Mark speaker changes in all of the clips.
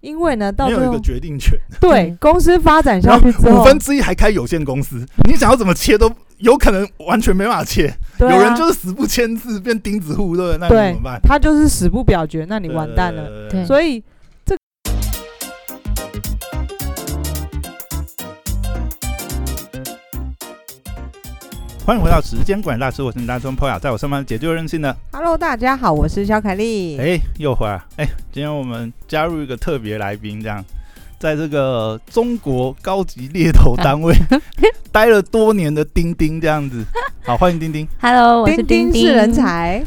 Speaker 1: 因为呢，到
Speaker 2: 没
Speaker 1: 最
Speaker 2: 有
Speaker 1: 后
Speaker 2: 一个决定权，
Speaker 1: 对公司发展下
Speaker 2: 然后
Speaker 1: 去之后，
Speaker 2: 五分之一还开有限公司，你想要怎么切都有可能完全没办法切，
Speaker 1: 对啊
Speaker 2: 有人就是死不签字变钉子户，对不对？那你
Speaker 1: 对
Speaker 2: 怎么办？
Speaker 1: 他就是死不表决，那你完蛋了。
Speaker 2: 了
Speaker 3: 对
Speaker 1: 所以这
Speaker 2: 欢迎回到时间管理大师，我是你大中朋友，在我身旁解救任性的，
Speaker 1: ，Hello，大家好，我是肖凯丽。
Speaker 2: 哎、又回来，哎、今天我们加入一个特别来宾，这样，在这个中国高级猎头单位待了多年的丁丁，这样子，好，欢迎丁丁，
Speaker 3: Hello，我是
Speaker 1: 丁
Speaker 3: 丁
Speaker 1: 是人，才，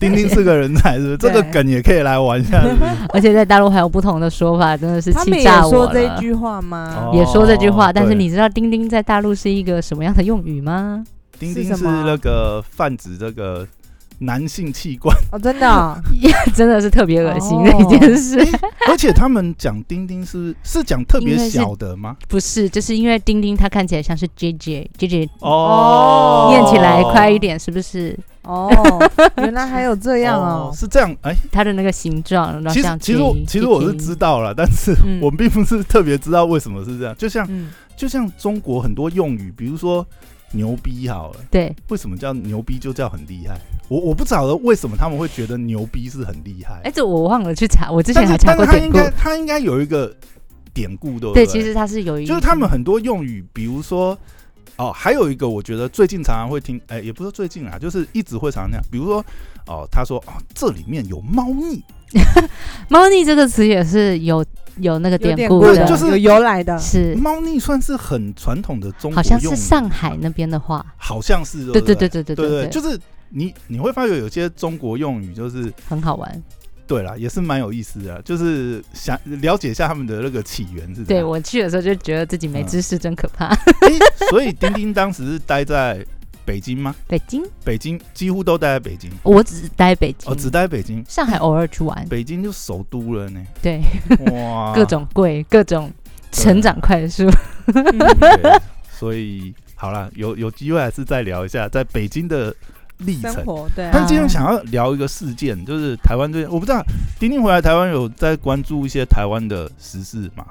Speaker 2: 丁丁是个人才，是不是？这
Speaker 1: 对
Speaker 2: 个梗也可以来玩一下，是不是？
Speaker 3: 而且在大陆还有不同的说法，真的是
Speaker 1: 他们也
Speaker 3: 气炸我
Speaker 1: 说这一
Speaker 3: 了。
Speaker 1: 句话吗？
Speaker 2: 哦
Speaker 3: 也说这句话，但是
Speaker 2: 对
Speaker 3: 你知道“丁丁”在大陆是一个什么样的用语吗？
Speaker 2: 丁丁
Speaker 1: 是
Speaker 2: 是
Speaker 1: 什
Speaker 3: 啊
Speaker 1: 么
Speaker 2: 那个泛指这个男性器官，
Speaker 1: 哦，真的哦、
Speaker 3: 真的是特别恶心的
Speaker 1: 哦
Speaker 3: 一件事。
Speaker 2: 而且他们讲丁丁是是讲特别
Speaker 3: 因为是
Speaker 2: 小的吗？
Speaker 3: 不是，就是因为丁丁它看起来像是 J J J J，
Speaker 1: 哦
Speaker 3: 念起来快一点，是不是？
Speaker 1: 哦，原来还有这样哦。
Speaker 2: 是这样，哎、
Speaker 3: 它的那个形状，然后
Speaker 2: 其实
Speaker 3: 像
Speaker 2: 其实我
Speaker 3: J，
Speaker 2: 其实我是
Speaker 3: JJ
Speaker 2: 知道了，但是
Speaker 1: 嗯
Speaker 2: 我并不是特别知道为什么是这样。就像
Speaker 1: 嗯，
Speaker 2: 就像中国很多用语，比如说牛逼好了，
Speaker 3: 对，
Speaker 2: 为什么叫牛逼就叫很厉害？我我不晓得为什么他们会觉得牛逼是很厉害。
Speaker 3: 哎，这我忘了去查，我之前
Speaker 2: 但
Speaker 3: 还
Speaker 2: 是
Speaker 3: 查
Speaker 2: 但
Speaker 3: 过
Speaker 2: 是他
Speaker 3: 典
Speaker 2: 应
Speaker 3: 故。
Speaker 2: 该他应该有一个典故，对不
Speaker 3: 对，其实它是有一，
Speaker 2: 就是他们很多用语，比如说。哦，还有一个我觉得最近常常会听，哎、也不是最近啊，就是一直会常常那样。比如说，哦，他说哦，这里面有猫腻，
Speaker 3: 猫腻这个词也是有有那个
Speaker 1: 有
Speaker 3: 典
Speaker 1: 点
Speaker 3: 故
Speaker 1: 过
Speaker 3: 的，
Speaker 2: 对就是
Speaker 1: 有由来 的。
Speaker 3: 是
Speaker 2: 猫腻算是很传统的中国
Speaker 3: 好像
Speaker 2: 用
Speaker 3: 是
Speaker 2: 语
Speaker 3: 上海那边的话。
Speaker 2: 好像是
Speaker 3: 对对
Speaker 2: 对
Speaker 3: 对
Speaker 2: 不
Speaker 3: 对对
Speaker 2: 对
Speaker 3: 对，
Speaker 2: 就是你你会发觉有些中国用语就是
Speaker 3: 很好玩。
Speaker 2: 对啦，也是蛮有意思的啊，就是想了解一下他们的那个起源是怎
Speaker 3: 对
Speaker 2: 样。
Speaker 3: 我去的时候就觉得自己
Speaker 2: 嗯
Speaker 3: 没知识，真可怕。
Speaker 2: 诶所以丁丁当时是待在北京吗？
Speaker 3: 北京，
Speaker 2: 北京几乎都待在北京，
Speaker 3: 我只待北京
Speaker 2: 哦，，只待北京，
Speaker 3: 上海偶尔去玩，
Speaker 2: 北京就首都了呢。
Speaker 3: 对，
Speaker 2: 哇，
Speaker 3: 各种贵，
Speaker 2: 啊
Speaker 3: 各种成长快速。
Speaker 1: 嗯
Speaker 2: 对。所以好啦，有有机会还是再聊一下在北京的历
Speaker 1: 生
Speaker 2: 程。
Speaker 1: 活对啊，
Speaker 2: 但今天想要聊一个事件，就是台湾最近，我不知道丁丁回来台湾有在关注一些台湾的时事嘛？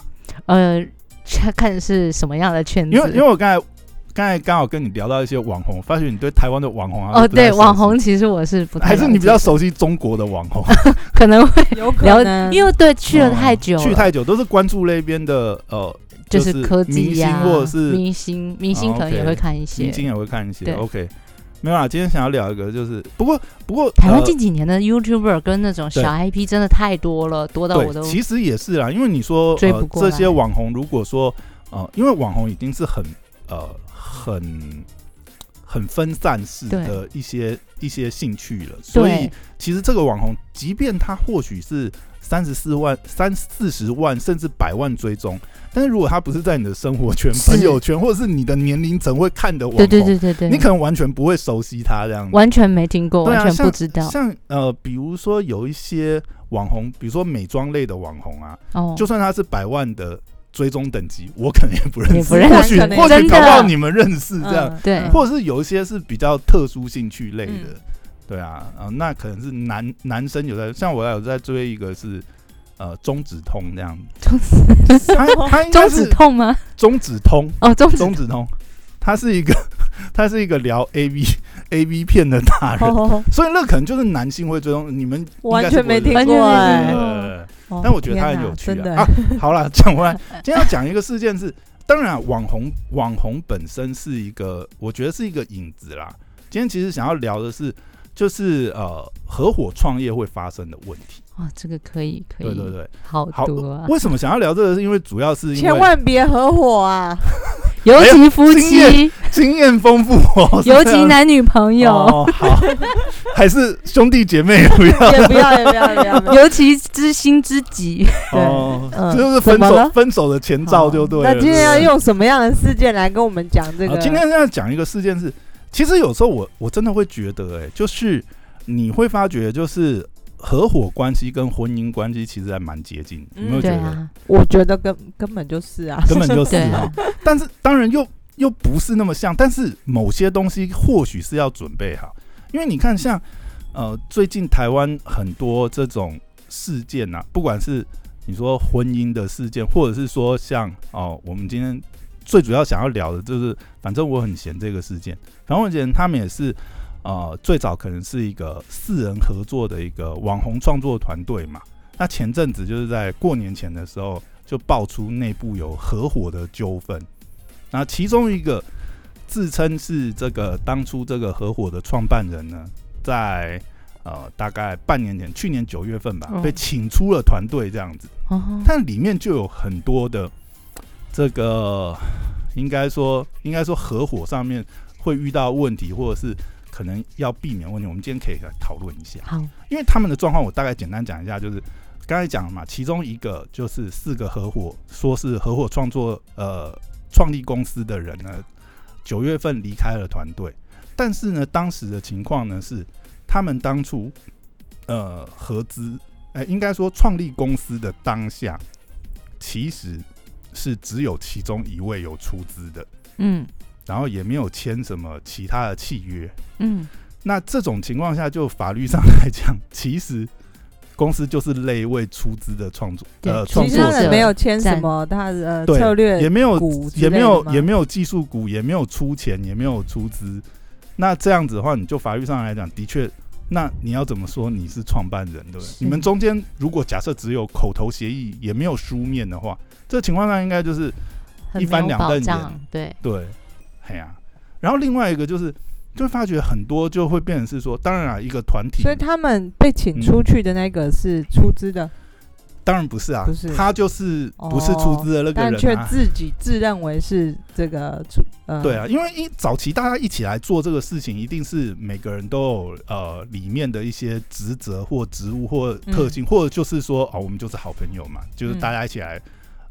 Speaker 3: 呃，看看是什么样的圈子。
Speaker 2: 因为因为我刚才刚才刚好跟你聊到一些网红，发现你对台湾的网红好像
Speaker 3: 哦，
Speaker 2: 不太
Speaker 3: 对，
Speaker 2: 熟悉
Speaker 3: 网红其实我是不太
Speaker 2: 还是你比较
Speaker 3: 了解
Speaker 2: 熟悉中国的网红，
Speaker 3: 可能会
Speaker 1: 有可
Speaker 3: 了，
Speaker 1: 能，
Speaker 3: 因为对去了太久了，
Speaker 2: 哦去太久都是关注那边的呃，
Speaker 3: 就
Speaker 2: 就是是
Speaker 3: 科技呀、
Speaker 2: 明星或者是
Speaker 3: 明星，明星
Speaker 2: 哦
Speaker 3: 可能也
Speaker 2: OK
Speaker 3: 会看一些
Speaker 2: 明。星也会看一些
Speaker 3: 对。
Speaker 2: OK，没有啦，今天想要聊一个就是，不过不过
Speaker 3: 台湾
Speaker 2: 呃
Speaker 3: 近几年的 YouTuber 跟那种小
Speaker 2: 对
Speaker 3: IP 真的太多了，多到我
Speaker 2: 对，
Speaker 3: 都
Speaker 2: 其实也是啦，因为你说
Speaker 3: 追不
Speaker 2: 呃
Speaker 3: 过来
Speaker 2: 这些网红，如果说呃，因为网红已经是很呃很很分散式
Speaker 3: 对
Speaker 2: 的一些一些兴趣了，所以
Speaker 3: 对
Speaker 2: 其实这个网红，即便他或许是三十四万、三四十万甚至百万追踪，但是如果他不是在你的生活圈、
Speaker 3: 是
Speaker 2: 朋友圈，或者是你的年龄层会看的网红，
Speaker 3: 对对对对对，
Speaker 2: 你可能完全不会熟悉他这样子。
Speaker 3: 完全没听过，
Speaker 2: 对啊
Speaker 3: 完全
Speaker 2: 像
Speaker 3: 不知道
Speaker 2: 像呃，比如说有一些网红，比如说美妆类的网红啊，
Speaker 3: 哦。
Speaker 2: 就算他是百万的追踪等级，我可能也不认识，
Speaker 3: 也不认识
Speaker 2: 或许
Speaker 1: 可能
Speaker 2: 或许
Speaker 3: 真的
Speaker 2: 搞不好你们认识这样，
Speaker 1: 嗯
Speaker 3: 对
Speaker 1: 嗯
Speaker 2: 或者是有一些是比较特殊兴趣类的，
Speaker 1: 嗯
Speaker 2: 对啊，啊、那可能是男男生有在，像我有在追一个是呃中指通这样，
Speaker 3: 中
Speaker 2: 指 他他应该
Speaker 3: 中指
Speaker 2: 是
Speaker 3: 痛吗？
Speaker 2: 中指通，
Speaker 3: 哦，中指
Speaker 2: 中指通，他是一个 他是一个聊 A V A V 片的大人，
Speaker 1: 哦
Speaker 2: 所以那可能就是男性会追踪，你们应该
Speaker 1: 完
Speaker 2: 是
Speaker 1: 全
Speaker 2: 不
Speaker 1: 没
Speaker 2: 会
Speaker 1: 听
Speaker 2: 追
Speaker 3: 完全没
Speaker 1: 过
Speaker 3: 听
Speaker 2: 对
Speaker 1: 哎
Speaker 3: 过。
Speaker 2: 对对
Speaker 1: 哦
Speaker 2: 但我觉得
Speaker 1: 天
Speaker 2: 它很
Speaker 1: 哪
Speaker 2: 有趣
Speaker 1: 真的
Speaker 2: 啊。啊，好了，讲回来， 今天要讲一个事件是，当然啊网红网红本身是一个，我觉得是一个影子啦。今天其实想要聊的是，就是呃合伙创业会发生的问题。
Speaker 3: 哇，这个可以可以，
Speaker 2: 对对对，
Speaker 3: 好
Speaker 2: 好
Speaker 3: 多啊，
Speaker 2: 为什么想要聊这个？是因为主要是因
Speaker 1: 千
Speaker 2: 为
Speaker 1: 万别合伙啊！
Speaker 3: 尤
Speaker 2: 哎
Speaker 3: 其夫
Speaker 2: 经验
Speaker 3: 妻，
Speaker 2: 经验丰富哦，是
Speaker 3: 尤
Speaker 2: 这
Speaker 3: 其
Speaker 2: 样
Speaker 3: 男女朋友，
Speaker 2: 哦，好，还是兄弟姐妹不 要
Speaker 1: 也不要，也不要，也不要。
Speaker 3: 尤其知心知己，
Speaker 1: 对
Speaker 2: 哦，
Speaker 1: 嗯
Speaker 2: 这就是分
Speaker 1: 怎么
Speaker 2: 手
Speaker 1: 了
Speaker 2: 分手的前兆就对了。
Speaker 1: 那今天要
Speaker 2: 对不对
Speaker 1: 用什么样的事件来跟我们讲这
Speaker 2: 好
Speaker 1: 个？
Speaker 2: 今天要讲一个事件是，其实有时候我我真的会觉得、哎，就是你会发觉，就是合伙关系跟婚姻关系其实还蛮接近的，
Speaker 1: 嗯
Speaker 2: 你有没有觉
Speaker 3: 对
Speaker 2: 得？
Speaker 3: 啊，
Speaker 1: 我觉得根根本就是啊，
Speaker 2: 根 本就是
Speaker 3: 对
Speaker 2: 啊
Speaker 3: 啊，，
Speaker 2: 但是当然又又不是那么像，但是某些东西或许是要准备好，因为你看像呃最近台湾很多这种事件啊，不管是你说婚姻的事件，或者是说像哦，我们今天最主要想要聊的就是，反正我很闲这个事件，反正我很闲，他们也是呃，最早可能是一个四人合作的一个网红创作团队嘛。那前阵子就是在过年前的时候，就爆出内部有合伙的纠纷，那其中一个自称是这个当初这个合伙的创办人呢，在呃大概半年前，去年九月份吧，
Speaker 3: 嗯
Speaker 2: 被请出了团队这样子。
Speaker 3: 哦，
Speaker 2: 但里面就有很多的这个，应该说应该说合伙上面会遇到问题，或者是可能要避免问题，我们今天可以来讨论一下。
Speaker 3: 好，
Speaker 2: 因为他们的状况，我大概简单讲一下，就是刚才讲了嘛，其中一个就是四个合伙，说是合伙创作呃创立公司的人呢，九月份离开了团队，但是呢，当时的情况呢是，他们当初呃合资，哎、应该说创立公司的当下，其实是只有其中一位有出资的，
Speaker 3: 嗯
Speaker 2: 然后也没有签什么其他的契约，
Speaker 3: 嗯，
Speaker 2: 那这种情况下，就法律上 来讲，其实公司就是类为出资的创作，
Speaker 3: 对
Speaker 2: 呃，创
Speaker 1: 其
Speaker 3: 创
Speaker 1: 他
Speaker 2: 作
Speaker 3: 作
Speaker 1: 人
Speaker 3: 者
Speaker 1: 没有签什
Speaker 3: 赞
Speaker 1: 么他的呃
Speaker 2: 对
Speaker 1: 策略
Speaker 2: 也没有
Speaker 1: 股之
Speaker 2: 也没有
Speaker 1: 类的吗
Speaker 2: 也没有技术股，也没有出钱，也没有出资。那这样子的话，你就法律上来讲，的确，那你要怎么说你是创办人，对不对
Speaker 3: 是？
Speaker 2: 你们中间如果假设只有口头协议，也没有书面的话，这情况下应该就是
Speaker 3: 很
Speaker 2: 一翻
Speaker 3: 没有
Speaker 2: 两
Speaker 3: 保
Speaker 2: 瞪眼
Speaker 3: 障，对，
Speaker 2: 对，嘿呀、然后另外一个就是，就会发觉很多就会变成是说，当然啊，一个团体
Speaker 1: 所以他们被请出去的那个是出资的，
Speaker 2: 嗯当然不是啊，
Speaker 1: 不是哦
Speaker 2: 他就是不是出资的那个
Speaker 1: 但却
Speaker 2: 人啊。
Speaker 1: 自己自认为是这个出呃，
Speaker 2: 对啊，因为一早期大家一起来做这个事情，一定是每个人都有呃里面的一些职责或职务或特性，或者就是说哦，我们就是好朋友嘛，就是
Speaker 1: 嗯
Speaker 2: 大家一起来、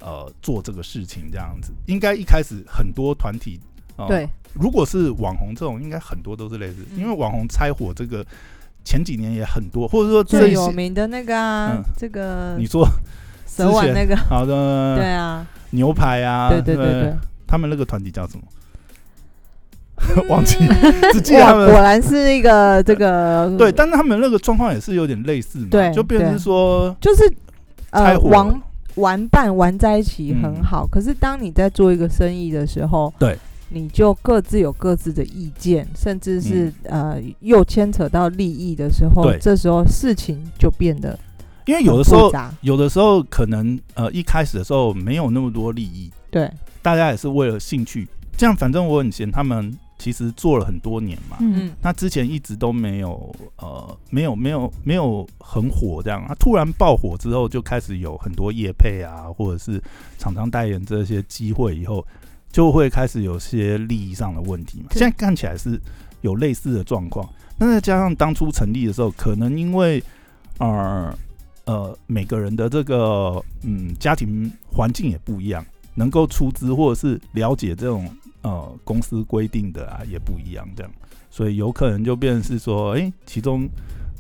Speaker 2: 呃做这个事情这样子。应该一开始很多团体，呃、，
Speaker 1: 对，
Speaker 2: 如果是网红这种，应该很多都是类似，
Speaker 1: 嗯
Speaker 2: 因为网红拆火这个前几年也很多，或者说这
Speaker 1: 最
Speaker 2: 一
Speaker 1: 有
Speaker 2: 些
Speaker 1: 名的那个啊
Speaker 2: 嗯，
Speaker 1: 这个
Speaker 2: 你说
Speaker 1: 蛇丸
Speaker 2: 前
Speaker 1: 那个，
Speaker 2: 好的
Speaker 1: 对啊，
Speaker 2: 牛排啊，
Speaker 1: 对对对
Speaker 2: 他们那个团体叫什么？
Speaker 1: 嗯
Speaker 2: 忘记只记
Speaker 1: 对，
Speaker 2: 得
Speaker 1: 哇，
Speaker 2: 他
Speaker 1: 果
Speaker 2: 们
Speaker 1: 然是那个这个
Speaker 2: 对，但是他们那个状况也是有点类似嘛，
Speaker 1: 对
Speaker 2: 就变成是说
Speaker 1: 就是
Speaker 2: 拆
Speaker 1: 呃
Speaker 2: 伙
Speaker 1: 玩玩伴玩在一起
Speaker 2: 嗯
Speaker 1: 很好，可是当你在做一个生意的时候，
Speaker 2: 对。
Speaker 1: 你就各自有各自的意见，甚至是、呃，又牵扯到利益的时候
Speaker 2: 嗯对，
Speaker 1: 这时候事情就变得
Speaker 2: 因为有
Speaker 1: 很
Speaker 2: 的时
Speaker 1: 复
Speaker 2: 候，
Speaker 1: 杂
Speaker 2: 有的时候可能呃一开始的时候没有那么多利益，
Speaker 1: 对，
Speaker 2: 大家也是为了兴趣。这样反正我很闲，他们其实做了很多年嘛，
Speaker 3: 嗯，
Speaker 2: 那之前一直都没有呃没有没有没有很火这样，他突然爆火之后，就开始有很多业配啊，或者是厂商代言这些机会以后，就会开始有些利益上的问题嘛。
Speaker 3: 对
Speaker 2: 现在看起来是有类似的状况，那再加上当初成立的时候，可能因为呃呃每个人的这个嗯家庭环境也不一样，能够出资或者是了解这种呃公司规定的啊也不一样这样。所以有可能就变成是说，哎、其中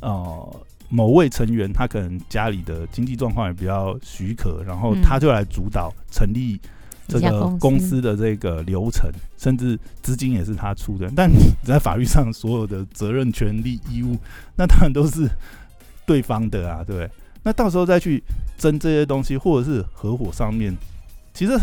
Speaker 2: 呃某位成员他可能家里的经济状况也比较许可，然后
Speaker 3: 嗯
Speaker 2: 他就来主导成立这
Speaker 3: 一家
Speaker 2: 个
Speaker 3: 公司
Speaker 2: 公司的这个流程，甚至资金也是他出的。但 你在法律上所有的责任、权利、义务，那当然都是对方的啊，对不对？那到时候再去争这些东西，或者是合伙上面，其实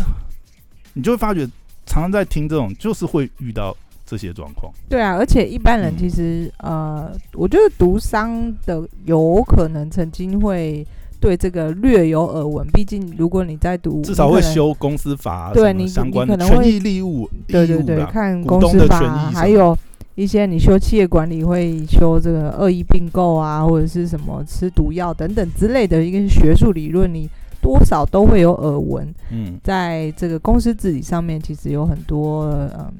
Speaker 2: 你就会发觉，常常在听这种，就是会遇到这些状况。
Speaker 1: 对啊，而且一般人
Speaker 2: 嗯
Speaker 1: 其实、呃，我觉得读商的有可能曾经会对这个略有耳闻，毕竟如果你在读，
Speaker 2: 至少
Speaker 1: 你可
Speaker 2: 会
Speaker 1: 能。
Speaker 2: 修公司法、啊、
Speaker 1: 对
Speaker 2: 什么
Speaker 1: 你
Speaker 2: 相关的
Speaker 1: 你可能
Speaker 2: 权
Speaker 1: 会
Speaker 2: 益义务，
Speaker 1: 对
Speaker 2: 义
Speaker 1: 对
Speaker 2: 务
Speaker 1: 对，
Speaker 2: 啦
Speaker 1: 看
Speaker 2: 股
Speaker 1: 公
Speaker 2: 东
Speaker 1: 司
Speaker 2: 的
Speaker 1: 法、
Speaker 2: 权益
Speaker 1: 啊，
Speaker 2: 什
Speaker 1: 还
Speaker 2: 么
Speaker 1: 有一些你修企业管理会修这个恶意并购啊，或者是什么吃毒药等等之类的一个学术理论，你多少都会有耳闻。
Speaker 2: 嗯，
Speaker 1: 在这个公司治理上面，其实有很多嗯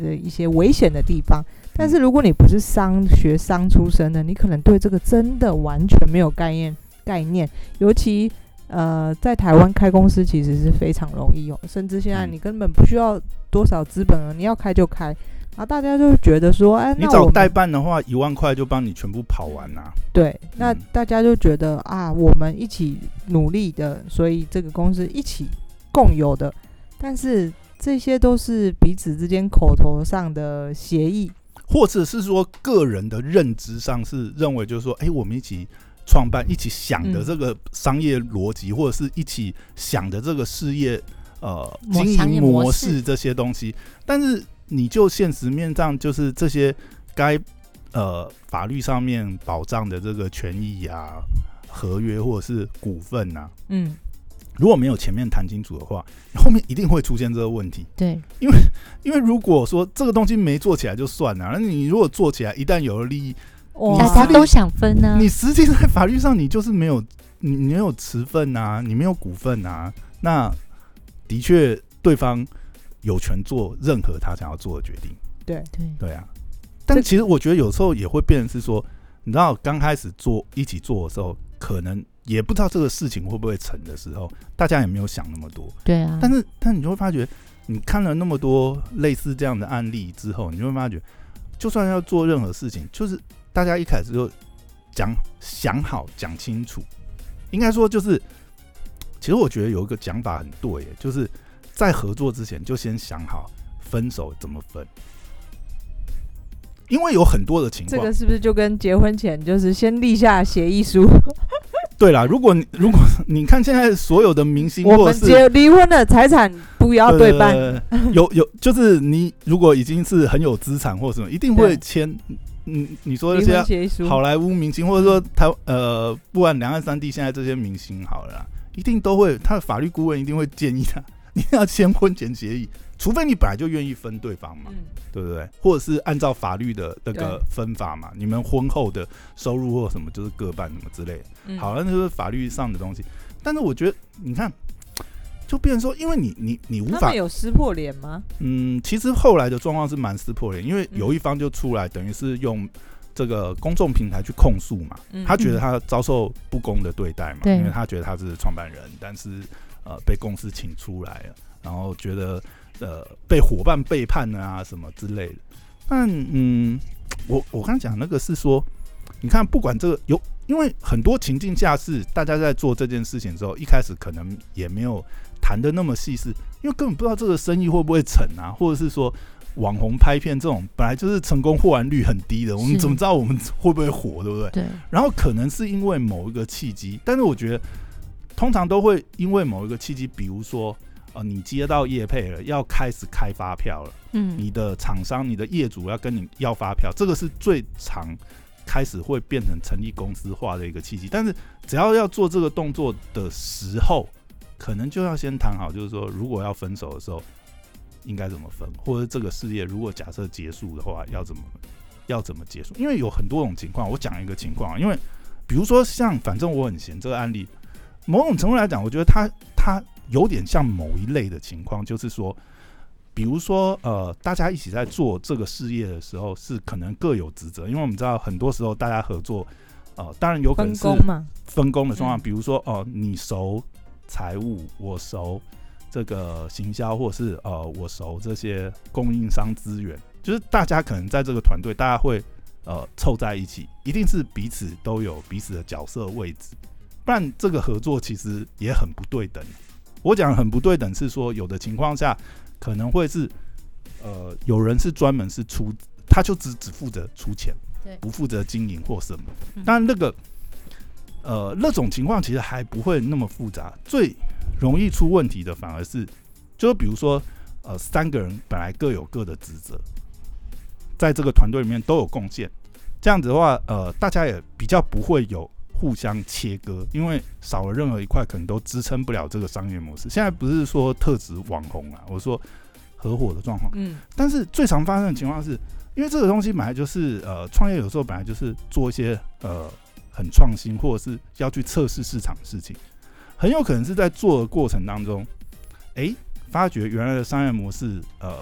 Speaker 1: 呃一些危险的地方。但是如果你不是商学商出身的，你可能对这个真的完全没有概念概念。尤其呃，在台湾开公司其实是非常容易哦，甚至现在
Speaker 2: 嗯
Speaker 1: 你根本不需要多少资本了，你要开就开。然后大家就会觉得说，哎，
Speaker 2: 你
Speaker 1: 那我
Speaker 2: 找
Speaker 1: 们
Speaker 2: 代办的话，一万块就帮你全部跑完啦、
Speaker 1: 对，那
Speaker 2: 嗯
Speaker 1: 大家就觉得啊，我们一起努力的，所以这个公司一起共有的，但是这些都是彼此之间口头上的协议。
Speaker 2: 或者是说个人的认知上是认为，就是说，哎、我们一起创办、一起想的
Speaker 1: 嗯
Speaker 2: 这个商业逻辑，或者是一起想的这个事业呃
Speaker 3: 模
Speaker 2: 经
Speaker 3: 商业
Speaker 2: 营
Speaker 3: 模
Speaker 2: 模
Speaker 3: 式
Speaker 2: 式这些东西。但是你就现实面上，就是这些该呃法律上面保障的这个权益啊、合约或者是股份啊，
Speaker 1: 嗯，
Speaker 2: 如果没有前面谈清楚的话，后面一定会出现这个问题。
Speaker 3: 对，
Speaker 2: 因为如果说这个东西没做起来就算了，那你如果做起来，一旦有了利益，
Speaker 1: 哇
Speaker 3: 大家都想分啊呢、
Speaker 2: 你实际在法律上你就是没有，你你没有持份啊，你没有股份啊，那的确对方有权做任何他想要做的决定，
Speaker 1: 对，
Speaker 3: 对，
Speaker 2: 对啊。但其实我觉得有时候也会变成是说，你知道刚开始做一起做的时候，可能也不知道这个事情会不会成的时候，大家也没有想那么多。
Speaker 3: 对啊。
Speaker 2: 但是，但你就会发觉，你看了那么多类似这样的案例之后，你就会发觉，就算要做任何事情，就是大家一开始就讲想好、讲清楚。应该说，就是其实我觉得有一个讲法很对耶，就是在合作之前就先想好分手怎么分，因为有很多的情
Speaker 1: 这
Speaker 2: 况
Speaker 1: 个。是不是就跟结婚前就是先立下协议书？
Speaker 2: 对啦，如果你如果你看现在所有的明星
Speaker 1: 我
Speaker 2: 或者
Speaker 1: 们
Speaker 2: 是
Speaker 1: 结离婚了，财产不要啊对半。
Speaker 2: 对对有 有，就是你如果已经是很有资产或什么，一定会
Speaker 1: 对
Speaker 2: 签。嗯，你说
Speaker 1: 离
Speaker 2: 这些
Speaker 1: 婚协议书，
Speaker 2: 好莱坞明星，或者说台呃，不管两岸三地现在这些明星好了啦，一定都会，他的法律顾问一定会建议他， 你要签婚前协议，除非你本来就愿意分对方嘛，
Speaker 1: 嗯，
Speaker 2: 对不对？或者是按照法律的那个分法嘛，你们婚后的收入或什么就是各半什么之类的。
Speaker 1: 嗯
Speaker 2: 好，那就是法律上的东西。但是我觉得，你看，就变成说，因为你你你无
Speaker 1: 他
Speaker 2: 法
Speaker 1: 们有撕破脸吗？
Speaker 2: 嗯，其实后来的状况是蛮撕破脸，因为
Speaker 1: 嗯
Speaker 2: 有一方就出来，等于是用这个公众平台去控诉嘛，
Speaker 1: 嗯
Speaker 2: 他觉得他遭受不公的对待嘛，
Speaker 3: 对
Speaker 2: 因为他觉得他是创办人，但是呃被公司请出来了，然后觉得呃被伙伴背叛了啊什么之类的。但嗯，我我刚才讲那个是说，你看不管这个有，因为很多情境下是大家在做这件事情的时候，一开始可能也没有谈的那么细致，因为根本不知道这个生意会不会成啊，或者是说。网红拍片这种本来就是成功获完率很低的，我们
Speaker 3: 是
Speaker 2: 怎么知道我们会不会火，对不对？
Speaker 3: 对，
Speaker 2: 然后可能是因为某一个契机，但是我觉得通常都会因为某一个契机，比如说呃，你接到业配了，要开始开发票了，
Speaker 3: 嗯，
Speaker 2: 你的厂商、你的业主要跟你要发票，这个是最常开始会变成成立公司化的一个契机。但是只要要做这个动作的时候，可能就要先谈好，就是说如果要分手的时候应该怎么分，或者这个事业如果假设结束的话要怎么要怎么结束？因为有很多种情况，我讲一个情况啊，因为比如说像反正我很闲这个案例，某种程度来讲，我觉得它它有点像某一类的情况，就是说，比如说呃，大家一起在做这个事业的时候，是可能各有职责，因为我们知道很多时候大家合作，呃，当然有可能
Speaker 1: 分
Speaker 2: 是
Speaker 1: 工嘛，
Speaker 2: 分工的状况，
Speaker 1: 嗯
Speaker 2: 比如说哦、你熟财务，我熟这个行销，或者是呃，我熟这些供应商资源，就是大家可能在这个团队，大家会呃凑在一起，一定是彼此都有彼此的角色位置，不然这个合作其实也很不对等。我讲很不对等是说，有的情况下可能会是呃，有人是专门是出，他就只只负责出钱
Speaker 3: 对，
Speaker 2: 不负责经营或什么
Speaker 3: 嗯。
Speaker 2: 但那个呃，那种情况其实还不会那么复杂，最容易出问题的反而是，就比如说呃，三个人本来各有各的职责，在这个团队里面都有贡献，这样子的话，呃，大家也比较不会有互相切割，因为少了任何一块，可能都支撑不了这个商业模式。现在不是说特指网红啊，我说合伙的状况，
Speaker 1: 嗯，
Speaker 2: 但是最常发生的情况是，因为这个东西本来就是呃，创业有时候本来就是做一些呃很创新或者是要去测试市场的事情，很有可能是在做的过程当中，诶，发觉原来的商业模式呃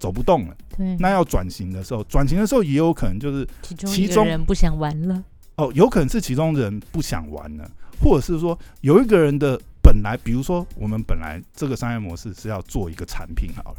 Speaker 2: 走不动了，
Speaker 3: 对，
Speaker 2: 那要转型的时候，转型的时候也有可能就是
Speaker 3: 其中
Speaker 2: 其
Speaker 3: 一个
Speaker 2: 中
Speaker 3: 人不想玩了，
Speaker 2: 哦，有可能是其中人不想玩了，或者是说有一个人的本来，比如说我们本来这个商业模式是要做一个产品好了，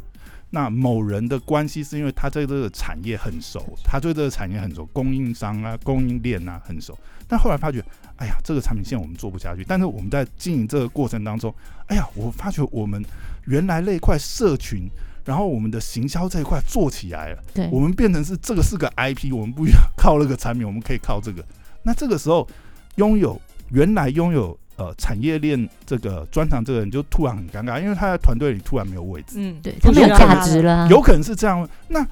Speaker 2: 那某人的关系是因为他对这个产业很熟，他对这个产业很熟，供应商啊、供应链啊很熟，但后来发觉，哎呀，这个产品线我们做不下去，但是我们在经营这个过程当中，哎呀，我发觉我们原来那一块社群。然后我们的行销这一块做起来了，
Speaker 3: 对，
Speaker 2: 我们变成是这个是个 IP，我们不需要靠那个产品，我们可以靠这个。那这个时候，拥有原来拥有呃产业链这个专长这个人，就突然很尴尬，因为他在团队里突然没有位置，
Speaker 1: 嗯，
Speaker 3: 对他没有价值了啊，
Speaker 2: 有可能是这样。那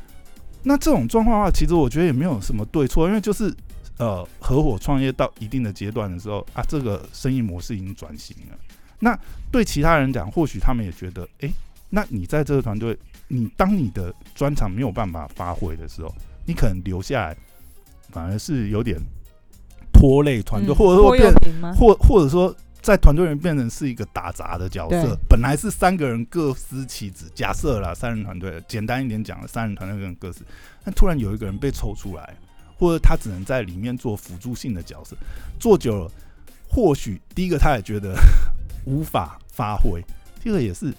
Speaker 2: 那这种状况的话，其实我觉得也没有什么对错，因为就是呃合伙创业到一定的阶段的时候啊，这个生意模式已经转型了。那对其他人讲，或许他们也觉得，诶，那你在这个团队，你当你的专长没有办法发挥的时候，你可能留下来，反而是有点拖累团队，
Speaker 1: 嗯
Speaker 2: 或者
Speaker 1: 拖
Speaker 2: 说
Speaker 1: 油
Speaker 2: 变
Speaker 1: 瓶吗？
Speaker 2: 或或者说在团队里面变成是一个打杂的角
Speaker 1: 对
Speaker 2: 色，本来是三个人各司其职，假设啦，三人团队，简单一点讲，三人团队跟各司，但突然有一个人被抽出来，或者他只能在里面做辅助性的角色，做久了，或许第一个他也觉得 无法发挥，第二个也是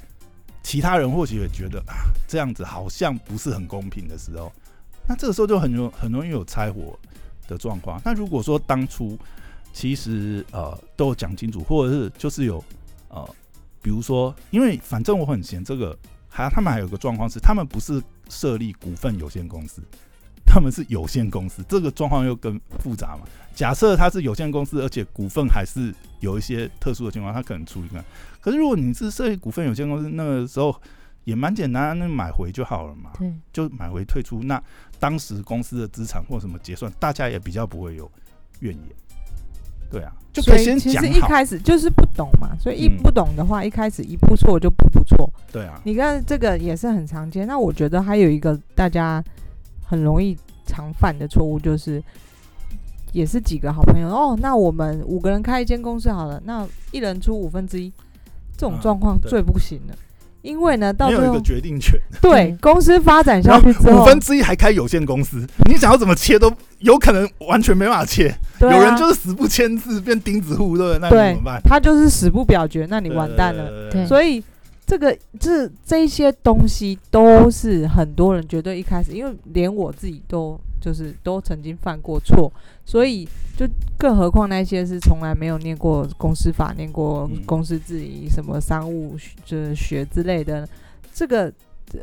Speaker 2: 其他人或许也觉得啊这样子好像不是很公平的时候，那这个时候就很容很容易有拆伙的状况。那如果说当初其实呃都有讲清楚，或者是就是有呃，比如说，因为反正我很闲，这个还他们还有个状况是，他们不是设立股份有限公司，他们是有限公司，这个状况又更复杂嘛。假设它是有限公司，而且股份还是有一些特殊的情况，它可能处理个。可是如果你是设立股份有限公司，那个时候也蛮简单，那买回就好了嘛。
Speaker 3: 对，
Speaker 2: 就买回退出。那当时公司的资产或什么结算，大家也比较不会有怨言。对啊，就可
Speaker 1: 所以
Speaker 2: 先
Speaker 1: 其
Speaker 2: 讲
Speaker 1: 实一
Speaker 2: 好。
Speaker 1: 开始就是不懂嘛，所以一
Speaker 2: 嗯
Speaker 1: 不懂的话，一开始一步错就步步错。
Speaker 2: 对啊，
Speaker 1: 你看这个也是很常见。那我觉得还有一个大家很容易常犯的错误就是，也是几个好朋友哦，那我们五个人开一间公司好了，那一人出五分之一，这种
Speaker 2: 嗯
Speaker 1: 状况
Speaker 2: 对
Speaker 1: 最不行了。因为呢，到
Speaker 2: 没
Speaker 1: 最
Speaker 2: 有一
Speaker 1: 后啊
Speaker 2: 个决定权，
Speaker 1: 对
Speaker 3: 嗯
Speaker 1: 公司发展下
Speaker 2: 然后
Speaker 1: 去之后，
Speaker 2: 五分之一还开有限公司，你想要怎么切都有可能完全没办法切。
Speaker 1: 对啊
Speaker 2: 有人就是死不签字，变钉子户，对不对？那你
Speaker 1: 对
Speaker 2: 怎么办？
Speaker 1: 他就是死不表决，那你完蛋了。
Speaker 2: 了
Speaker 3: 对
Speaker 1: 所以这个这这些东西都是很多人绝对一开始，因为连我自己都就是都曾经犯过错，所以就更何况那些是从来没有念过公司法、念过
Speaker 2: 嗯
Speaker 1: 公司治理、什么商务学就是学之类的，这个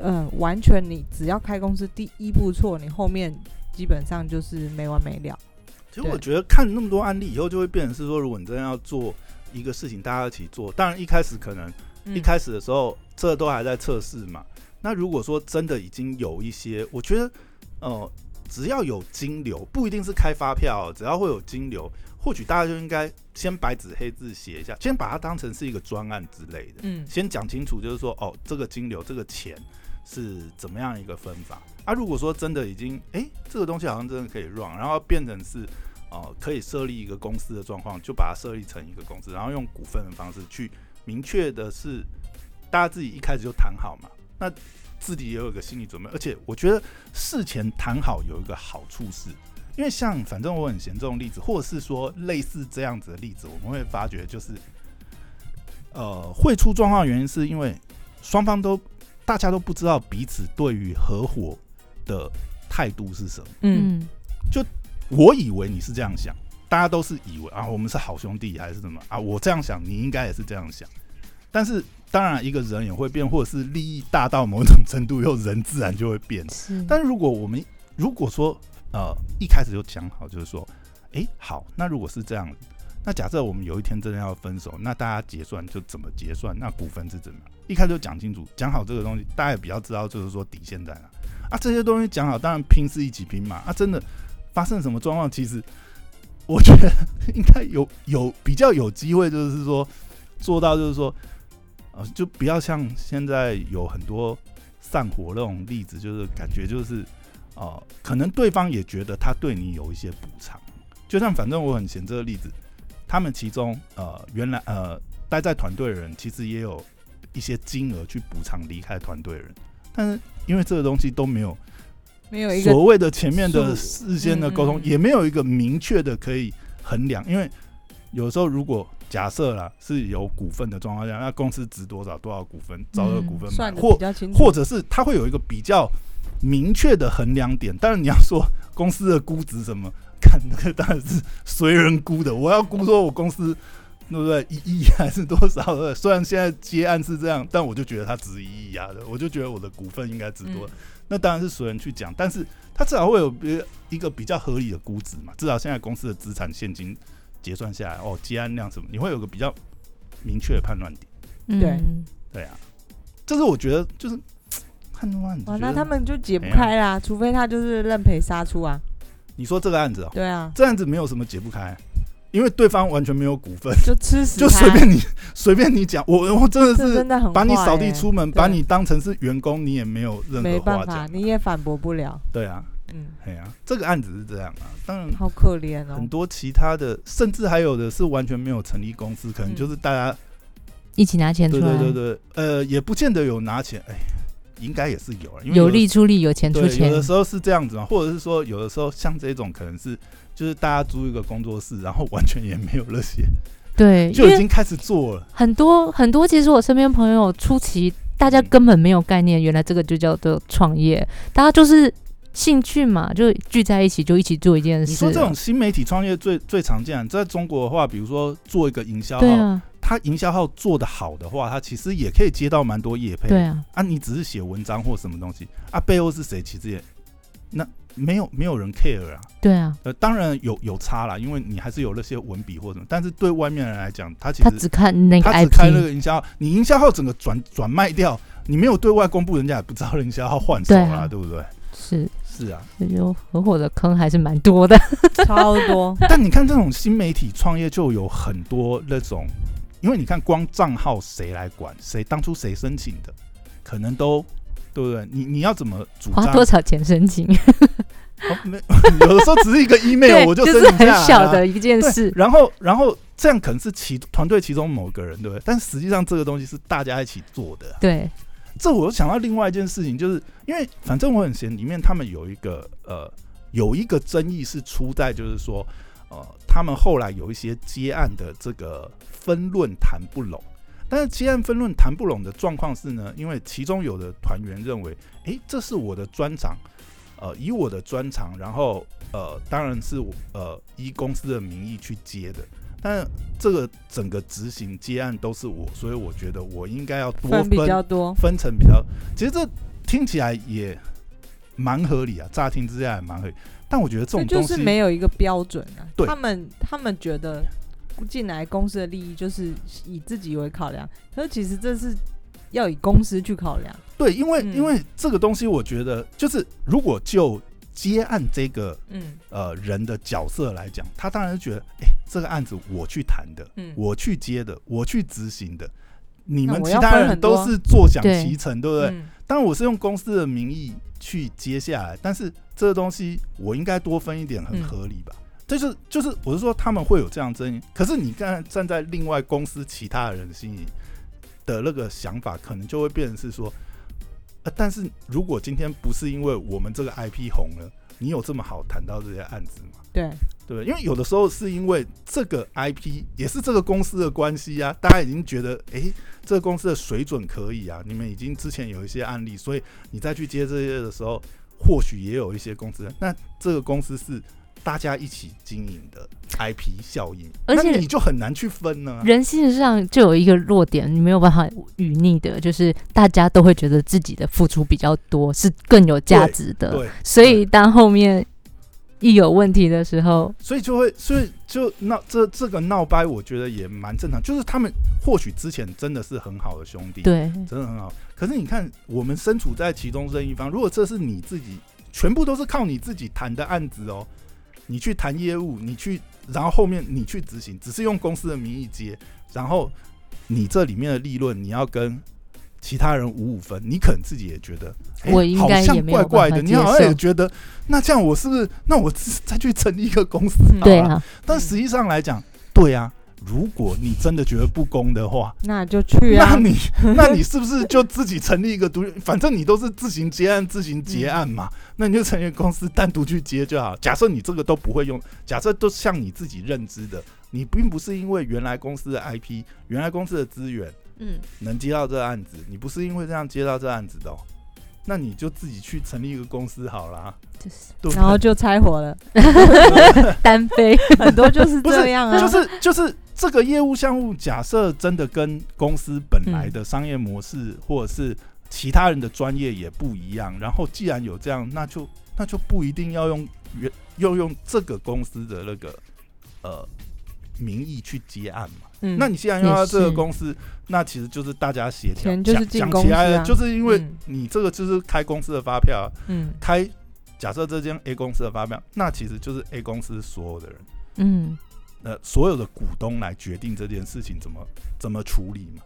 Speaker 1: 呃，完全你只要开公司第一步错，你后面基本上就是没完没了。
Speaker 2: 其实我觉得看那么多案例以后，就会变成是说，如果你真的要做一个事情，大家一起做，当然一开始可能
Speaker 1: 嗯
Speaker 2: 一开始的时候，这都还在测试嘛。那如果说真的已经有一些，我觉得，呃，只要有金流，不一定是开发票哦，只要会有金流，或许大家就应该先白纸黑字写一下，先把它当成是一个专案之类的，
Speaker 1: 嗯，
Speaker 2: 先讲清楚，就是说，哦，这个金流，这个钱是怎么样一个分法啊？如果说真的已经，诶，这个东西好像真的可以 run，然后变成是。哦，可以设立一个公司的状况，就把它设立成一个公司，然后用股份的方式去明确的是，大家自己一开始就谈好嘛，那自己也有一个心理准备。而且我觉得事前谈好有一个好处是，因为像反正我很嫌这种例子，或者是说类似这样子的例子，我们会发觉就是，呃，会出状况的原因是因为双方都大家都不知道彼此对于合伙的态度是什么。
Speaker 1: 嗯
Speaker 3: 嗯，
Speaker 2: 我以为你是这样想，大家都是以为啊，我们是好兄弟还是什么啊？我这样想，你应该也是这样想。但是当然，一个人也会变，或者是利益大到某种程度以后，人自然就会变。
Speaker 3: 是，
Speaker 2: 但如果我们如果说呃一开始就讲好，就是说，诶，好，那如果是这样，那假设我们有一天真的要分手，那大家结算就怎么结算，那股份是怎么样，一开始就讲清楚，讲好这个东西，大家也比较知道就是说底线在哪啊，这些东西讲好，当然拼是一起拼嘛，啊，真的发生什么状况，其实我觉得应该有 有比较有机会，就是说做到就是说。呃，就不要像现在有很多散伙那种例子，就是感觉就是，呃，可能对方也觉得他对你有一些补偿。就像反正我很嫌这个例子，他们其中呃原来呃待在团队的人，其实也有一些金额去补偿离开团队的人，但是因为这个东西都没有
Speaker 1: 没有一个
Speaker 2: 所谓的前面的事先的
Speaker 1: 嗯
Speaker 2: 沟通
Speaker 1: 嗯，嗯
Speaker 2: 也没有一个明确的可以衡量，因为有时候如果假设啦是有股份的状况下，那公司值多少多少股份，照这个股份
Speaker 1: 嗯
Speaker 2: 买，
Speaker 1: 算的
Speaker 2: 或
Speaker 1: 比较清楚，
Speaker 2: 或者是它会有一个比较明确的衡量点。当然你要说公司的估值什么，看那个当然是随人估的。我要估说我公司对不对一亿还是多少的？虽然现在接案是这样，但我就觉得它值一亿啊的，我就觉得我的股份应该值多。
Speaker 1: 嗯
Speaker 2: 那当然是随人去讲，但是它至少会有别一个比较合理的估值嘛，至少现在公司的资产现金。结算下来，哦，接案量什么，你会有个比较明确的判断点。
Speaker 1: 对
Speaker 3: 嗯
Speaker 2: 对啊，这是我觉得就是判断。
Speaker 1: 哇，
Speaker 2: 你
Speaker 1: 哦那
Speaker 2: 觉
Speaker 1: 他
Speaker 2: 得
Speaker 1: 们就解不
Speaker 2: 怎样
Speaker 1: 开啦，除非他就是认赔杀出啊。
Speaker 2: 你说这个案子哦，
Speaker 1: 对 啊，
Speaker 2: 这案子没有什么解不开，因为对方完全没有股份，
Speaker 1: 就吃死
Speaker 2: 就
Speaker 1: 他
Speaker 2: 随便你随便你讲，我我真的
Speaker 1: 这
Speaker 2: 是
Speaker 1: 真的很
Speaker 2: 把你
Speaker 1: 坏
Speaker 2: 扫地
Speaker 1: 欸
Speaker 2: 出门，
Speaker 1: 对
Speaker 2: 把你当成是员工，你也没有任
Speaker 1: 没
Speaker 2: 何
Speaker 1: 办
Speaker 2: 话
Speaker 1: 法，
Speaker 2: 讲。
Speaker 1: 你也反驳不了。
Speaker 2: 对啊，
Speaker 1: 嗯，
Speaker 2: 哎呀、这个案子是这样啊，当然
Speaker 1: 好可怜哦
Speaker 2: 很。多其他的，甚至还有的是完全没有成立公司，可能
Speaker 1: 嗯
Speaker 2: 就是大家、
Speaker 3: 一起拿钱出
Speaker 2: 对
Speaker 3: 来，
Speaker 2: 对对对，呃，也不见得有拿钱，哎，应该也是有啊，因为
Speaker 3: 有
Speaker 2: 的
Speaker 3: 力出力，有钱出
Speaker 2: 对，
Speaker 3: 钱
Speaker 2: 有，的时候是这样子嘛，或者是说有的时候像这种可能是就是大家租一个工作室，然后完全也没有那些，
Speaker 3: 对，因
Speaker 2: 就已
Speaker 3: 为啊
Speaker 2: 经开始做了，
Speaker 3: 很多很多，其实我身边朋友初期大家根本没有概念，原来这个就叫做创业，大家就是兴趣嘛，就聚在一起就一起做一件事。
Speaker 2: 你说这种新媒体创业最最常见，在中国的话，比如说做一个营销
Speaker 3: 对
Speaker 2: 号，
Speaker 3: 啊，
Speaker 2: 它营销号做得好的话，它其实也可以接到蛮多业配。
Speaker 3: 对啊，
Speaker 2: 啊，你只是写文章或什么东西啊，背后是谁其实也那没有没有人 care 啊。
Speaker 3: 对啊，
Speaker 2: 呃，当然有有差啦，因为你还是有那些文笔或什么，但是对外面人来讲，他其
Speaker 3: 他
Speaker 2: 实
Speaker 3: 只看那个
Speaker 2: 他只开那
Speaker 3: IP，
Speaker 2: 个营销号，你营销号整个转转卖掉，你没有对外公布，人家也不知道营销号换手
Speaker 3: 对
Speaker 2: 啦，
Speaker 3: 啊
Speaker 2: 对不对？
Speaker 3: 是，
Speaker 2: 是啊，
Speaker 3: 所以就合伙的坑还是蛮 多的。
Speaker 1: 超多
Speaker 2: 但你看这种新媒体创业就有很多那种，因为你看光账号谁来管，谁当初谁申请的，可能都对不对？你你要怎么主
Speaker 3: 花
Speaker 2: 张？
Speaker 3: 多少钱申请？
Speaker 2: 哦没有的时候只是 一个 email
Speaker 3: 对，
Speaker 2: 我
Speaker 3: 就
Speaker 2: 申
Speaker 3: 是
Speaker 2: 请
Speaker 3: 很
Speaker 2: 下啊来
Speaker 3: 小
Speaker 2: 了
Speaker 3: 的一件
Speaker 2: 对
Speaker 3: 事。
Speaker 2: 然后然后这样可能是其团队其中某个人对不对？但实际上这个东西是大家一起做的啊、
Speaker 3: 对，
Speaker 2: 这我又想到另外一件事情，就是因为反正我很闲，里面他们有一个呃有一个争议是出在就是说呃他们后来有一些接案的这个分论谈不拢。但是接案分论谈不拢的状况是呢，因为其中有的团员认为，诶，这是我的专长，呃，以我的专长，然后呃，当然是我呃以公司的名义去接的，但这个整个执行接案都是我，所以我觉得我应该要多
Speaker 1: 分
Speaker 2: 分
Speaker 1: 比较多，
Speaker 2: 分成比较，其实这听起来也蛮合理啊，乍听之下也蛮合理。但我觉得这
Speaker 1: 这
Speaker 2: 种
Speaker 1: 就
Speaker 2: 东
Speaker 1: 是
Speaker 2: 西，
Speaker 1: 没有一个标准啊。
Speaker 2: 对
Speaker 1: 他们他们觉得进来公司的利益就是以自己为考量，可是其实这是要以公司去考量。
Speaker 2: 对，因为、
Speaker 1: 嗯
Speaker 2: 因为这个东西，我觉得就是如果就接案这个
Speaker 1: 嗯
Speaker 2: 呃人的角色来讲，他当然是觉得，哎、这个案子我去谈的，
Speaker 1: 嗯，
Speaker 2: 我去接的，我去执行的，你
Speaker 1: 那
Speaker 2: 们
Speaker 1: 我
Speaker 2: 其
Speaker 1: 要
Speaker 2: 他
Speaker 1: 分
Speaker 2: 人
Speaker 1: 很
Speaker 2: 都
Speaker 1: 多
Speaker 2: 是坐享
Speaker 3: 对
Speaker 2: 其成，对不对？
Speaker 1: 嗯
Speaker 2: 当然我是用公司的名义去接下来，但是这个东西我应该多分一点，很
Speaker 1: 嗯
Speaker 2: 合理吧？这就是就是我是说他们会有这样争议，可是你刚才站在另外公司其他人心里的那个想法，可能就会变成是说，呃，但是如果今天不是因为我们这个 IP 红了，你有这么好谈到这些案子吗？
Speaker 1: 对，
Speaker 2: 对不对，因为有的时候是因为这个 IP 也是这个公司的关系啊，大家已经觉得，诶，这个公司的水准可以啊，你们已经之前有一些案例，所以你再去接这些的时候，或许也有一些公司，那这个公司是大家一起经营的 IP 效应，
Speaker 3: 而且
Speaker 2: 那你就很难去分呢、
Speaker 3: 人性上就有一个弱点，你没有办法忤逆的，就是大家都会觉得自己的付出比较多是更有价值的，
Speaker 2: 对，
Speaker 3: 所以当后面一有问题的时候，
Speaker 2: 所以就会，所以就闹这这个闹掰，我觉得也蛮正常，就是他们或许之前真的是很好的兄弟，
Speaker 3: 对
Speaker 2: 真的很嗯好。啊可是你看，我们身处在其中任一方，如果这是你自己，全部都是靠你自己谈的案子哦，你去谈业务，你去，然后后面你去执行，只是用公司的名义接，然后你这里面的利润你要跟其他人五五分，你可能自己也觉得，诶
Speaker 3: 我应该
Speaker 2: 好像
Speaker 3: 也没有
Speaker 2: 怪怪的，
Speaker 3: 办法
Speaker 2: 你好像
Speaker 3: 接受
Speaker 2: 也觉得，那这样我是不是，那我自再去成立一个公司好了？
Speaker 3: 对啊，
Speaker 2: 但实际上来讲，对啊，如果你真的觉得不公的话，
Speaker 1: 那就去啊
Speaker 2: 那。你 那你是不是就自己成立一个独立？反正你都是自行接案、自行结案嘛，
Speaker 1: 嗯
Speaker 2: 那你就成立公司单独去接就好。假设你这个都不会用，假设都像你自己认知的，你并不是因为原来公司的 IP、原来公司的资源
Speaker 1: 嗯，
Speaker 2: 能接到这个案子，你不是因为这样接到这个案子的、哦，那你就自己去成立一个公司好啦，
Speaker 3: 就是
Speaker 2: 对不
Speaker 1: 然后
Speaker 2: 对？
Speaker 1: 就拆伙 了，
Speaker 3: 单飞，
Speaker 1: 很多就是
Speaker 2: 不是
Speaker 1: 这样啊，
Speaker 2: 就是就是这个业务项目，假设真的跟公司本来的商业模式或者是其他人的专业也不一样，然后既然有这样，那就那就不一定要用原要用这个公司的那个呃名义去接案嘛。
Speaker 1: 嗯
Speaker 2: 那你既然用到
Speaker 3: 也
Speaker 2: 这个
Speaker 3: 是
Speaker 2: 公司，那其实就是大家协调
Speaker 1: 钱，就是
Speaker 2: 讲
Speaker 1: 进
Speaker 2: 讲
Speaker 1: 公
Speaker 2: 起
Speaker 1: 司
Speaker 2: 来了
Speaker 1: 啊
Speaker 2: 就是因为
Speaker 1: 嗯
Speaker 2: 你这个就是开公司的发票啊，
Speaker 1: 嗯
Speaker 2: 开假设这间 A 公司的发票，那其实就是 A 公司所有的人，
Speaker 3: 嗯，
Speaker 2: 呃，所有的股东来决定这件事情怎么怎么处理嘛。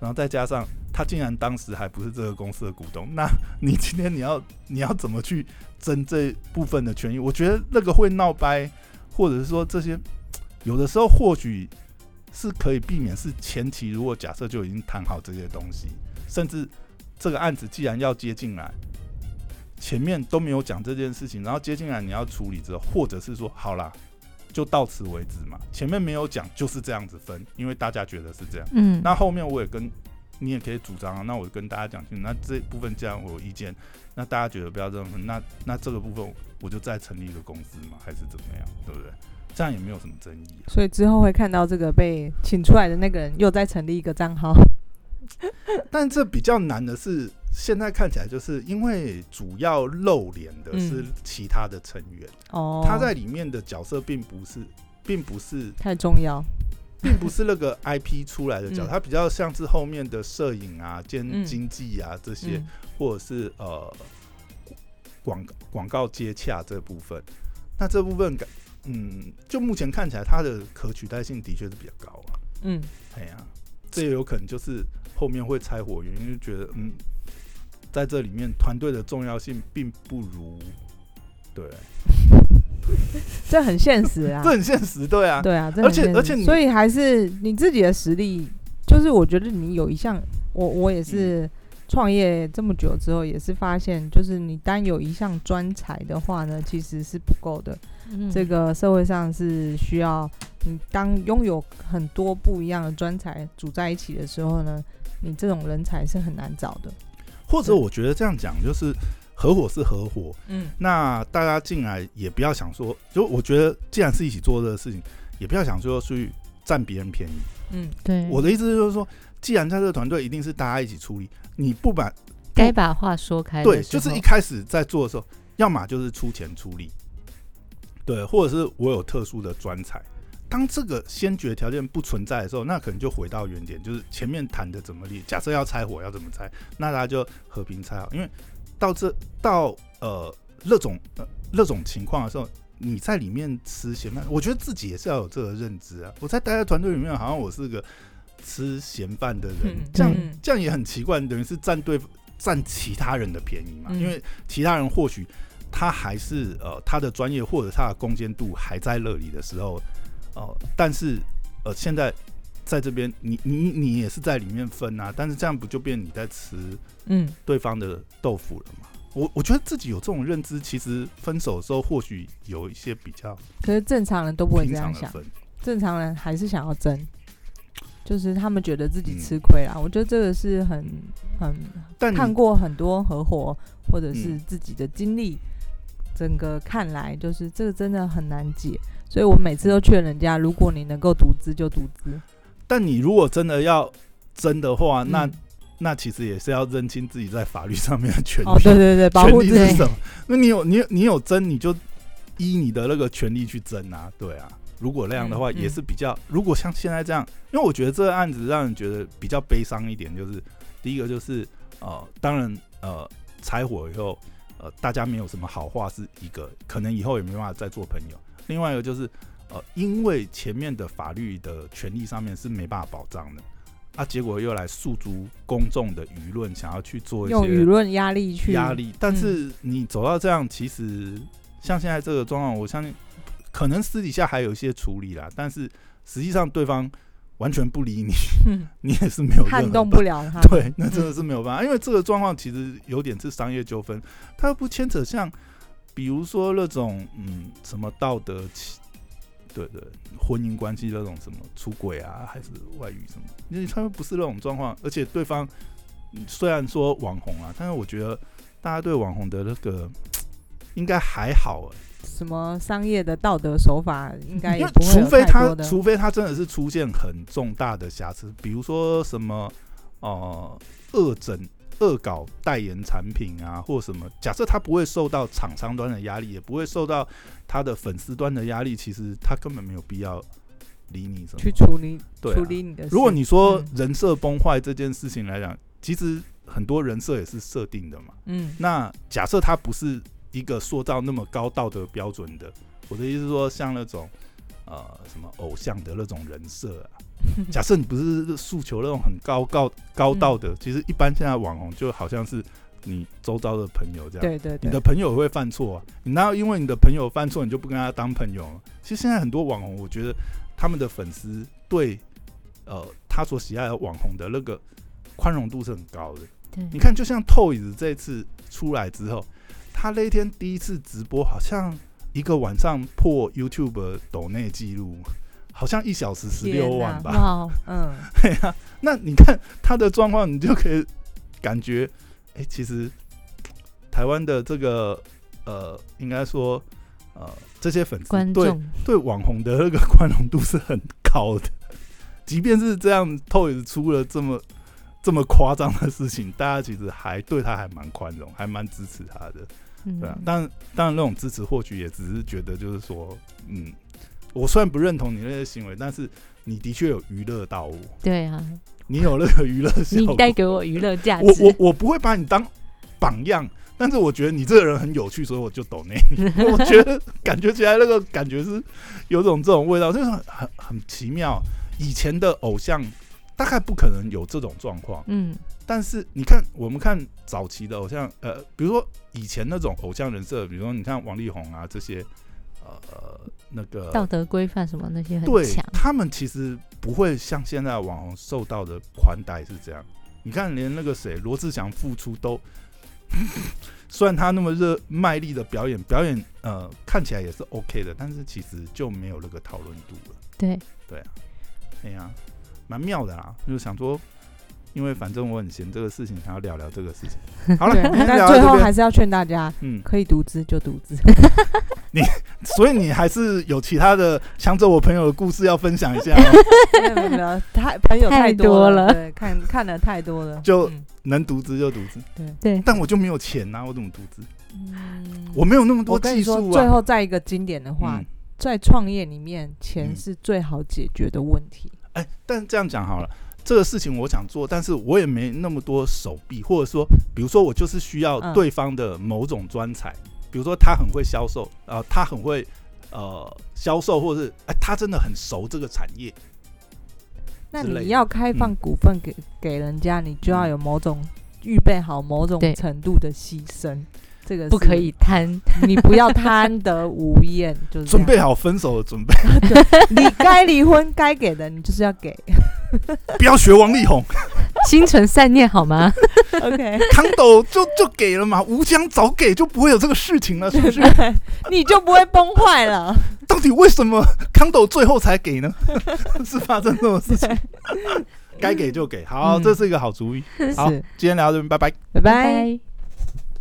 Speaker 2: 然后再加上他竟然当时还不是这个公司的股东，那 你今天你要你要怎么去争这部分的权益？我觉得那个会闹掰，或者是说这些有的时候或许是可以避免，是前期如果假设就已经谈好这些东西，甚至这个案子既然要接进来，前面都没有讲这件事情，然后接进来你要处理之后，或者是说好啦，就到此为止嘛，前面没有讲就是这样子分，因为大家觉得是这样。
Speaker 3: 嗯，
Speaker 2: 那后面我也跟你也可以主张啊，那我跟大家讲清楚，那这部分既然我有意见，那大家觉得不要这样分，那那这个部分我就再成立一个公司嘛，还是怎么样，对不对？这样也没有什么争议、啊。
Speaker 1: 所以之后会看到这个被请出来的那个人又再成立一个账号，
Speaker 2: 但这比较难的是，现在看起来就是因为主要露脸的是
Speaker 1: 嗯
Speaker 2: 其他的成员，
Speaker 1: 哦，
Speaker 2: 他在里面的角色并不是，并不是
Speaker 1: 太重要，
Speaker 2: 并不是那个 IP 出来的角
Speaker 1: 嗯
Speaker 2: 色，它比较像是后面的摄影啊、兼
Speaker 1: 嗯
Speaker 2: 经济啊这些，
Speaker 1: 嗯
Speaker 2: 或者是呃广广告接洽这部分。那这部分感，嗯，就目前看起来，它的可取代性的确是比较高啊。
Speaker 1: 嗯，
Speaker 2: 哎呀、这也有可能就是后面会拆火原因，就觉得嗯，在这里面团队的重要性并不如，对，
Speaker 1: 啊这很现实啊
Speaker 2: 这，很现实，对啊，
Speaker 1: 对啊，这
Speaker 2: 而
Speaker 1: 很
Speaker 2: 且
Speaker 1: 现实
Speaker 2: 而且你
Speaker 1: 所以还是你自己的实力，就是我觉得你有一项，我我也是创业这么久之后，也是发现，就是你单有一项专才的话呢，其实是不够的。
Speaker 3: 嗯
Speaker 1: 这个社会上是需要你当拥有很多不一样的专才组在一起的时候呢，你这种人才是很难找的。
Speaker 2: 或者我觉得这样讲就是合伙是合伙，
Speaker 1: 嗯
Speaker 2: 那大家进来也不要想说，就我觉得既然是一起做这个事情，也不要想说去占别人便宜。
Speaker 1: 嗯，
Speaker 3: 对，
Speaker 2: 我的意思就是说，既然在这个团队一定是大家一起处理，你不把
Speaker 3: 该把话说开的
Speaker 2: 对，
Speaker 3: 时
Speaker 2: 就
Speaker 3: 候，
Speaker 2: 是一开始在做的时候，要么就是出钱出力，对，或者是我有特殊的专才。当这个先决条件不存在的时候，那可能就回到原点，就是前面谈的怎么立。假设要拆火要怎么拆，那大家就和平拆好。因为到这到呃那种呃那种情况的时候，你在里面吃闲饭，我觉得自己也是要有这个认知啊。我在待在团队里面，好像我是个吃闲饭的人，
Speaker 1: 嗯
Speaker 2: 这样
Speaker 1: 嗯
Speaker 2: 这样也很奇怪，等于是占对占其他人的便宜嘛，
Speaker 1: 嗯
Speaker 2: 因为其他人或许他还是呃他的专业或者他的攻坚度还在那里的时候，哦、但是呃现在在这边你你你也是在里面分啊，但是这样不就变你在吃
Speaker 1: 嗯，
Speaker 2: 对方的豆腐了吗？我我觉得自己有这种认知，其实分手的时候或许有一些比较
Speaker 1: 可是正常人都不会
Speaker 2: 平
Speaker 1: 这
Speaker 2: 常
Speaker 1: 样
Speaker 2: 的
Speaker 1: 想，
Speaker 2: 分，
Speaker 1: 正常人还是想要争，就是他们觉得自己
Speaker 2: 嗯
Speaker 1: 吃亏啦。我觉得这个是很很
Speaker 2: 但
Speaker 1: 看
Speaker 2: 你
Speaker 1: 过很多合伙或者是
Speaker 2: 嗯
Speaker 1: 自己的经历，整个看来就是这个真的很难解。所以我每次都劝人家，如果你能够独资就独资，
Speaker 2: 但你如果真的要争的话，
Speaker 1: 嗯
Speaker 2: 啊那那其实也是要认清自己在法律上面的权利。
Speaker 1: 哦，对对对，保
Speaker 2: 权
Speaker 1: 护
Speaker 2: 利
Speaker 1: 自
Speaker 2: 是
Speaker 1: 己
Speaker 2: 什，么？那你有你有你有争，你就依你的那个权利去争啊，对啊。如果那样的话，
Speaker 1: 嗯嗯
Speaker 2: 也是比较。如果像现在这样，因为我觉得这个案子让人觉得比较悲伤一点，就是第一个就是呃，当然呃，拆伙以后，呃，大家没有什么好话是一个，可能以后也没办法再做朋友。另外一个就是呃，因为前面的法律的权利上面是没办法保障的。啊，结果又来诉诸公众的舆论，想要去做一些
Speaker 1: 用舆论压力去嗯
Speaker 2: 压，力。但是你走到这样，其实像现在这个状况，我相信可能私底下还有一些处理啦，但是实际上对方完全不理你，
Speaker 1: 嗯
Speaker 2: 你也是没有任何
Speaker 1: 撼动不了他。
Speaker 2: 对，那真的是没有办法，因为这个状况其实有点是商业纠纷，它不牵扯像比如说那种嗯什么道德起。对对，婚姻关系那种什么出轨啊，还是外遇什么，因为他们不是那种状况，而且对方嗯虽然说网红啊，但是我觉得大家对网红的那个应该还好、欸，
Speaker 1: 什么商业的道德手法，应该
Speaker 2: 因
Speaker 1: 也
Speaker 2: 为
Speaker 1: 不会
Speaker 2: 除
Speaker 1: 有
Speaker 2: 非
Speaker 1: 太
Speaker 2: 他
Speaker 1: 多的。
Speaker 2: 除非他真的是出现很重大的瑕疵，比如说什么呃恶整、恶搞代言产品啊，或什么。假设他不会受到厂商端的压力，也不会受到他的粉丝端的压力，其实他根本没有必要理你什么
Speaker 1: 去处理、
Speaker 2: 对啊
Speaker 1: 处理你的事。
Speaker 2: 如果你说
Speaker 1: 嗯
Speaker 2: 人设崩坏这件事情来讲，其实很多人设也是设定的嘛。
Speaker 1: 嗯
Speaker 2: 那假设它不是一个塑造那么高道德标准的，我的意思是说，像那种呃什么偶像的那种人设 啊，假设你不是诉求那种很高高高道
Speaker 1: 嗯
Speaker 2: 德，其实一般现在网红就好像是你周遭的朋友这样。
Speaker 1: 对对
Speaker 2: 啊你
Speaker 1: 对
Speaker 2: 的，朋友会犯错、啊，你哪有因为你的朋友犯错，你就不跟他当朋友了？其实现在很多网红，我觉得他们的粉丝对呃他所喜爱的网红的那个宽容度是很高的。你
Speaker 3: 对，
Speaker 2: 看，就像 Toys 这次出来之后，他那一天第一次直播，好像一个晚上破 YouTube 抖内记录，好像一小时十六万吧。
Speaker 3: 哇，
Speaker 1: 嗯，
Speaker 2: 那你看他的状况，你就可以感觉，哎、其实台湾的这个呃，应该说呃，这些粉丝
Speaker 3: 观
Speaker 2: 对
Speaker 3: 众
Speaker 2: 对网红的那个宽容度是很高的，即便是这样，Toys 出了这么这么夸张的事情，大家其实还对他还蛮宽容，还蛮支持他的，
Speaker 3: 嗯
Speaker 2: 对啊。当然，当然那种支持或许也只是觉得就是说，嗯，我虽然不认同你那些行为，但是你的确有娱乐到我，
Speaker 3: 对啊，
Speaker 2: 你有那个娱乐效
Speaker 3: 你
Speaker 2: 果，
Speaker 3: 带给我娱乐价
Speaker 2: 我我
Speaker 3: 值，
Speaker 2: 我不会把你当榜样，但是我觉得你这个人很有趣，所以我就抖内你。 我觉得感觉起来那个感觉是有种这种味道，就是很很很奇妙。以前的偶像大概不可能有这种状况，
Speaker 3: 嗯，
Speaker 2: 但是你看我们看早期的偶像，呃，比如说以前那种偶像人设，比如说你看王力宏啊这些，呃，那个
Speaker 3: 道德规范什么那些很
Speaker 2: 对
Speaker 3: 强，
Speaker 2: 他们其实不会像现在的网红受到的宽待是这样。你看，连那个谁罗志祥复出都， 虽然他那么热卖力的表演，表演呃看起来也是 OK 的，但是其实就没有那个讨论度了。
Speaker 3: 对，
Speaker 2: 哎呀、蛮妙的啊！就是想说，因为反正我很闲这个事情，想要聊聊这个事情。 好了，
Speaker 1: 对
Speaker 2: 今天
Speaker 1: 但
Speaker 2: 聊
Speaker 1: 最
Speaker 2: 到
Speaker 1: 后
Speaker 2: 这边
Speaker 1: 还，是要劝大家，
Speaker 2: 嗯，
Speaker 1: 可以独资就独 资。
Speaker 2: 所以你还是有其他的抢走我朋友的故事要分享一下 哦吗，
Speaker 1: 没有没有没有，太朋友
Speaker 3: 太
Speaker 1: 多
Speaker 3: 多了
Speaker 1: 对，看看了太多了，
Speaker 2: 就
Speaker 1: 嗯
Speaker 2: 能独资就独资，
Speaker 3: 对，
Speaker 2: 但我就没有钱啊呐、我怎么独资？
Speaker 1: 嗯
Speaker 2: 我没有那么多
Speaker 1: 我跟
Speaker 2: 技
Speaker 1: 你说，
Speaker 2: 术
Speaker 1: 最
Speaker 2: 啊。
Speaker 1: 后再一个经典的话
Speaker 2: 嗯，，
Speaker 1: 在创业里面，钱
Speaker 2: 嗯
Speaker 1: 是最好解决的问题。
Speaker 2: 哎、但这样讲好了，这个事情我想做，但是我也没那么多手臂，或者说，比如说我就是需要
Speaker 1: 嗯
Speaker 2: 对方的某种专才，比如说他很会销售，呃，他很会呃销售，或者是哎、他真的很熟这个产业，
Speaker 1: 那
Speaker 2: 之类的
Speaker 1: 你要开放股份给给人家，你就要有某种预备好某种
Speaker 3: 对
Speaker 1: 程度的牺牲，这个
Speaker 3: 不
Speaker 1: 是
Speaker 3: 可以， 贪，
Speaker 1: 你不要贪得无厌，就是这
Speaker 2: 准
Speaker 1: 样
Speaker 2: 备好分手的准备，
Speaker 1: 你该离婚该给的，你就是要 给。
Speaker 2: 不要学王力宏，
Speaker 3: 心存善念好吗？
Speaker 1: OK，
Speaker 2: 康斗就就给了嘛，吴江早给就不会有这个事情了，是不是？
Speaker 1: 你就不会崩坏了。
Speaker 2: 到底为什么康斗最后才给呢？ 是发生这种事情？该给就给，好，
Speaker 1: 嗯
Speaker 2: 这是一个好主意。好
Speaker 1: 是，
Speaker 2: 今天聊到这边，拜拜。
Speaker 1: 拜拜。。